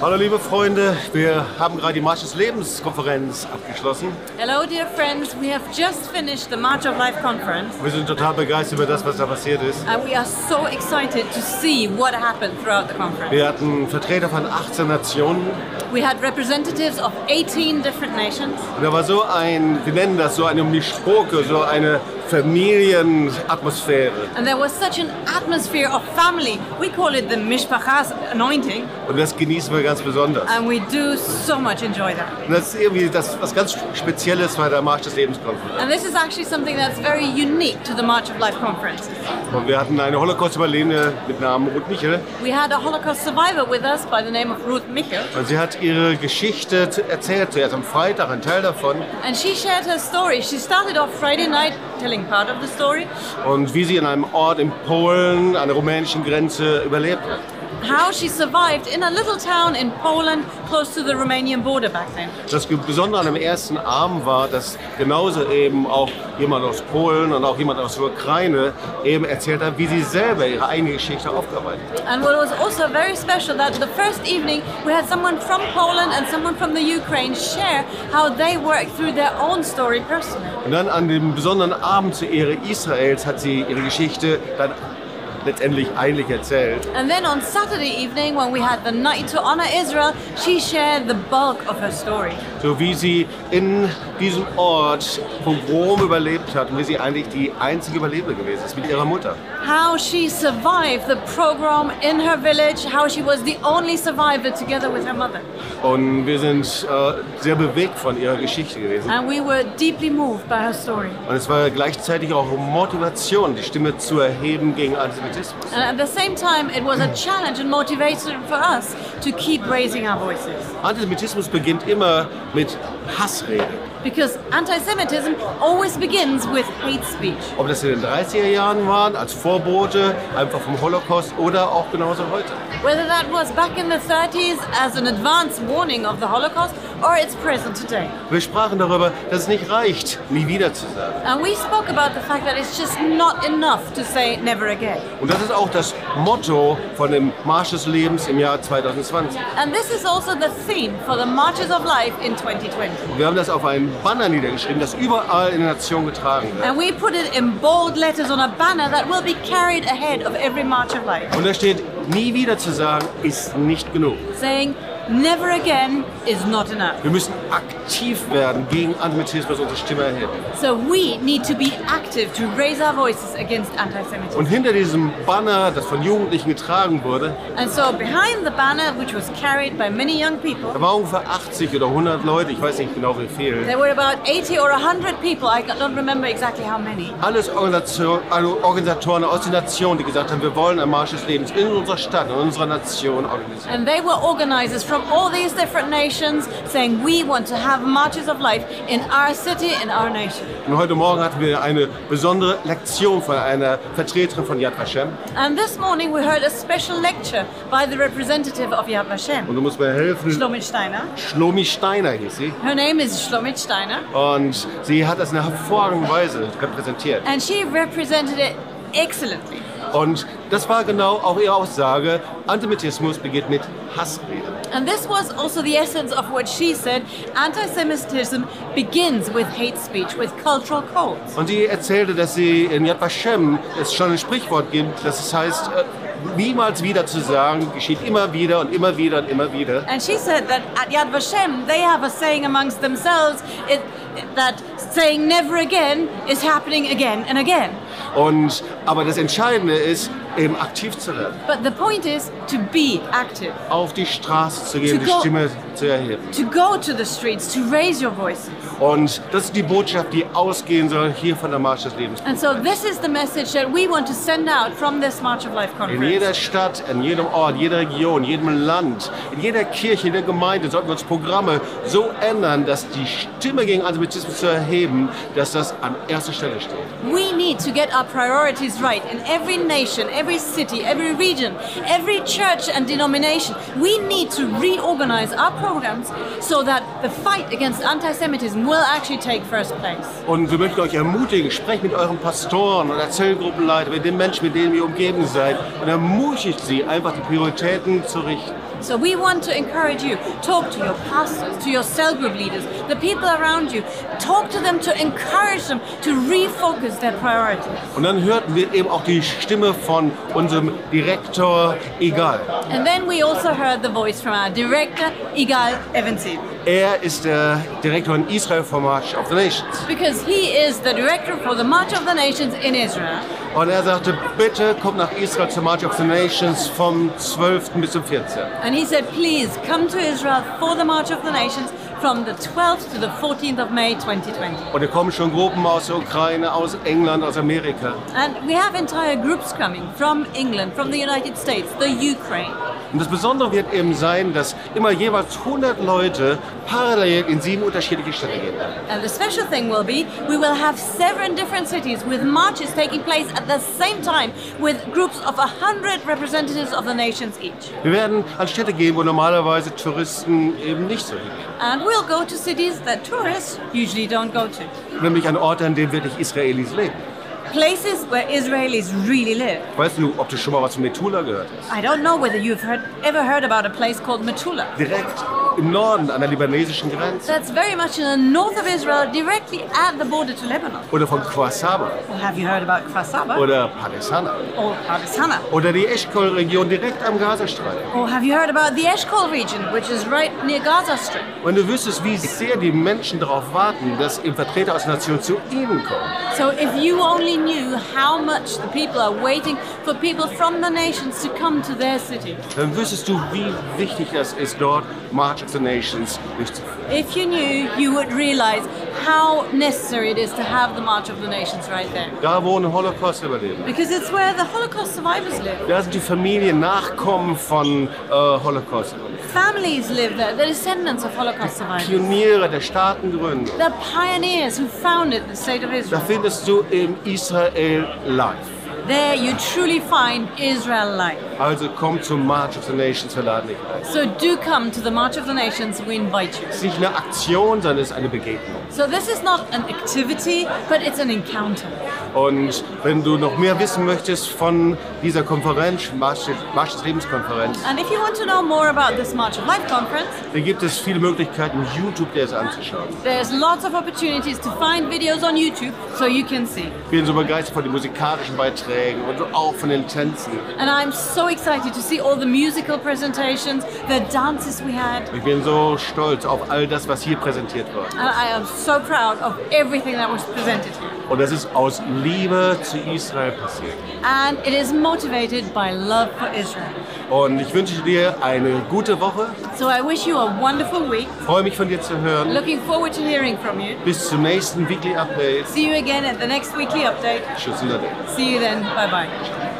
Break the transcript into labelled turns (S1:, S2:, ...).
S1: Hallo liebe Freunde, wir haben gerade die Marsch des Lebens Konferenz abgeschlossen.
S2: Hello, dear friends. We have just finished the March of Life conference,
S1: Wir sind total begeistert über das, was da passiert ist.
S2: and we are so excited to see what happened throughout the conference.
S1: Wir hatten Vertreter von 18 Nationen
S2: We had representatives of 18 different nations,
S1: und da war so ein, wir nennen das so eine Mischpoke, so eine Familienatmosphäre.
S2: and there was such an atmosphere of family. We call it the Mishpacha's anointing,
S1: Und das genießen wir ganz besonders.
S2: and we do so much enjoy that.
S1: Und das ist irgendwie das, was ganz Spezielles bei der Marsch des Lebens Konferenz.
S2: And this is actually something that's very unique to the March of Life conference.
S1: Und wir hatten eine Holocaust-Überlebende mit Namen Ruth Michel
S2: We had a Holocaust survivor with us by the name of Ruth Michel,
S1: und sie hat ihre Geschichte t- erzählt, zuerst am Freitag, ein Teil davon.
S2: and she shared her story. She started off Friday night telling part of the story,
S1: und wie sie in einem Ort in Polen an der rumänischen Grenze überlebt hat.
S2: how she survived in a little town in Poland close to the Romanian border back then.
S1: Das Besondere an dem ersten Arm war, dass genauso eben auch jemand aus Polen und auch jemand aus der Ukraine eben erzählt hat, wie sie selber ihre eigene Geschichte aufgearbeitet hat.
S2: And what was also very special that the first evening we had someone from Poland and someone from the Ukraine share how they worked through their own story personally.
S1: Und dann an dem besonderen Abend zur Ehre Israels hat sie ihre Geschichte dann letztendlich eigentlich erzählt.
S2: And then on Saturday evening when we had the night to honor Israel, she shared the bulk of her story.
S1: So wie sie in diesem Ort Pogrom überlebt hat und wie sie eigentlich die einzige Überlebende gewesen ist mit ihrer Mutter.
S2: How she survived the pogrom in her village, how she was the only survivor together with her mother.
S1: Und wir sind äh, sehr bewegt von ihrer Geschichte gewesen.
S2: And we were deeply moved by her story.
S1: Und es war gleichzeitig auch Motivation, die Stimme zu erheben gegen Antisemitismus.
S2: And at the same time, it was a challenge and motivation for us to keep raising our voices.
S1: Antisemitismus beginnt immer mit Hassrede.
S2: Because anti Semitism always begins with hate speech.
S1: Ob das in den 30er Jahren waren, als Vorbote, einfach vom Holocaust oder auch genauso heute.
S2: Whether that was back in the 30s as an advance warning of the Holocaust or it's present today.
S1: Wir sprachen darüber, dass es nicht reicht, nie wieder zu sagen.
S2: And we spoke about the fact that it's just not enough to say never again.
S1: Und das ist auch das Motto von dem Marsch des Lebens im Jahr 2020.
S2: And this is also the theme for the Marches of Life in 2020.
S1: Und wir haben das auf einen Banner niedergeschrieben, das überall in der Nation getragen wird.
S2: And we put it in bold letters on a banner that will be carried ahead of every March of Life,
S1: Und da steht, nie wieder zu sagen, ist nicht genug.
S2: saying, Never again is not enough.
S1: Wir müssen aktiv werden gegen Antisemitismus, unsere Stimme erheben.
S2: So we need to be active to raise our voices against anti-Semitism.
S1: Und hinter diesem Banner, das von Jugendlichen getragen wurde,
S2: And so behind the banner, which was carried by many young
S1: da
S2: people,
S1: waren ungefähr 80 oder 100 Leute, ich weiß nicht genau wie viel.
S2: there were about 80 or 100 people, I don't remember exactly how many,
S1: Alles Organisation, also Organisatoren aus der Nation, die gesagt haben, wir wollen einen Marsch des Lebens in unserer Stadt, in unserer Nation organisieren.
S2: and they were organizers from all these different nations saying we want to have marches of life in our city, in our nation.
S1: Und heute Morgen hatten wir eine besondere Lektion von einer Vertreterin von Yad Vashem.
S2: And this morning we heard a special lecture by the representative of Yad Vashem,
S1: Und du musst mir helfen,
S2: Shlomit Steiner.
S1: Schlomi Steiner hieß sie.
S2: Her name is Shlomit Steiner.
S1: Und sie hat das in einer hervorragenden Weise repräsentiert.
S2: And she represented it excellently.
S1: Und das war genau auch ihre Aussage, Antisemitismus beginnt mit Hassrede.
S2: And this was also the essence of what she said. Anti Semitism begins with hate speech, with cultural codes.
S1: Und sie erzählte, dass sie in Yad Vashem es schon ein Sprichwort gibt, dass es heißt, äh, niemals wieder zu sagen, geschieht immer wieder und immer wieder und immer wieder.
S2: And she said that at Yad Vashem, they have a saying amongst themselves it, that saying never again is happening again and again.
S1: Und, aber das Entscheidende ist, eben aktiv zu werden,
S2: But the point is to be active,
S1: auf die Straße zu gehen,
S2: To
S1: die
S2: go-
S1: Stimme zu erheben.
S2: to go to the streets, to raise your voices.
S1: Und das ist die Botschaft, die ausgehen soll hier von der Marsch des Lebens.
S2: And so, this is the message that we want to send out from this March of Life
S1: In
S2: conference.
S1: jeder Stadt, in jedem Ort, jeder Region, jedem Land, in jeder Kirche, in jeder Gemeinde sollten wir uns Programme so ändern, dass die Stimme gegen Antisemitismus zu erheben, dass das an erster Stelle steht.
S2: We need to get our priorities right in every nation, every city, every region, every church and denomination. We need to reorganize our programs so that the fight against anti Semitism will actually take first place.
S1: Und wir möchten euch ermutigen, sprecht mit euren Pastoren oder Zellgruppenleitern, mit den Menschen, mit denen ihr umgeben seid und ermutigt sie, einfach die Prioritäten zu richten.
S2: So we want to encourage you. Talk to your pastors, to your cell group leaders, the people around you. Talk to them to encourage them to refocus their priorities.
S1: Und dann hörten wir eben auch die Stimme von unserem Direktor Egal.
S2: And then we also heard the voice from our director, Igal Evansid.
S1: Er ist der Direktor in Israel vom March of the Nations.
S2: Because he is the director for the March of the Nations in Israel.
S1: Und er sagte, bitte kommt nach Israel zum March of the Nations vom 12. bis zum 14.
S2: And he said, please come to Israel for the March of the Nations from the 12th to the 14th of May 2020.
S1: Und da kommen schon Gruppen aus der Ukraine, aus England, aus Amerika.
S2: And we have entire groups coming from England, from the United States, the Ukraine.
S1: Und das Besondere wird eben sein, dass immer jeweils 100 Leute parallel in sieben unterschiedliche Städte gehen.
S2: And the special thing will be we will have seven different cities with marches taking place at the same time with groups of 100 representatives of the nations each.
S1: Wir werden an Städte gehen, wo normalerweise Touristen eben nicht so hingehen.
S2: And we'll go to cities that tourists usually don't go to.
S1: Nämlich an Orte, an denen wirklich Israelis leben.
S2: Places where Israelis really live.
S1: Weißt du, ob du schon mal was von Metula gehört hast?
S2: I don't know whether you've heard, ever heard about a place called Metula.
S1: Direkt im Norden an der libanesischen Grenze.
S2: That's very much in the north of Israel, directly at the border to Lebanon.
S1: Oder von Kfar Saba.
S2: Or have you heard about Kfar Saba
S1: Oder Palästina.
S2: or Palestine?
S1: Oder die Eschkol-Region direkt am Gazastreifen.
S2: Or have you heard about the Eshkol region, which is right near Gaza Strip?
S1: Wenn du wüsstest, wie sehr die Menschen darauf warten, dass eben Vertreter aus Nationen zu ihnen kommen.
S2: So if you only knew how much the people are waiting for people from the nations to come to their city.
S1: dann wüsstest du, wie wichtig das ist, dort March of the Nations durchzuführen.
S2: If you knew, you would realize how necessary it is to have the March of the Nations right there.
S1: Da wohnen Holocaust-Überlebende.
S2: Because it's where the Holocaust survivors live.
S1: Da sind die Familien, Nachkommen von äh, Holocaust,
S2: Families live there, the descendants of Holocaust survivors.
S1: Pioniere der Staatengründung.
S2: The pioneers who founded the state of
S1: Da
S2: Israel.
S1: findest du eben Israel live.
S2: There you truly find Israel life.
S1: Also komm zum March of the Nations, wir laden dich ein.
S2: So do come to the March of the Nations, we invite you.
S1: Es ist nicht eine Aktion, sondern es ist eine Begegnung.
S2: So this is not an activity, but it's an encounter.
S1: Und wenn du noch mehr wissen möchtest von dieser Konferenz, Marsch, Marsch des Lebenskonferenz,
S2: And if you want to know more about this March of Life conference,
S1: dann gibt es viele Möglichkeiten, YouTube dir das anzuschauen.
S2: there's lots of opportunities to find videos on YouTube so you can see.
S1: Ich bin so begeistert von den musikalischen Beiträgen und auch von den Tänzen.
S2: And I'm so excited to see all the musical presentations, the dances we had.
S1: Ich bin so stolz auf all das, was hier präsentiert wird.
S2: And I am so proud of everything that was presented here.
S1: Und das ist aus Liebe zu Israel passiert.
S2: And it is motivated by love for Israel.
S1: Und ich wünsche dir eine gute Woche.
S2: So I wish you a wonderful week.
S1: Freue mich von dir zu hören.
S2: Looking forward to hearing from you.
S1: Bis zum nächsten Weekly Update.
S2: See you again at the next weekly update.
S1: Tschüss und Ade.
S2: See you then. Bye bye.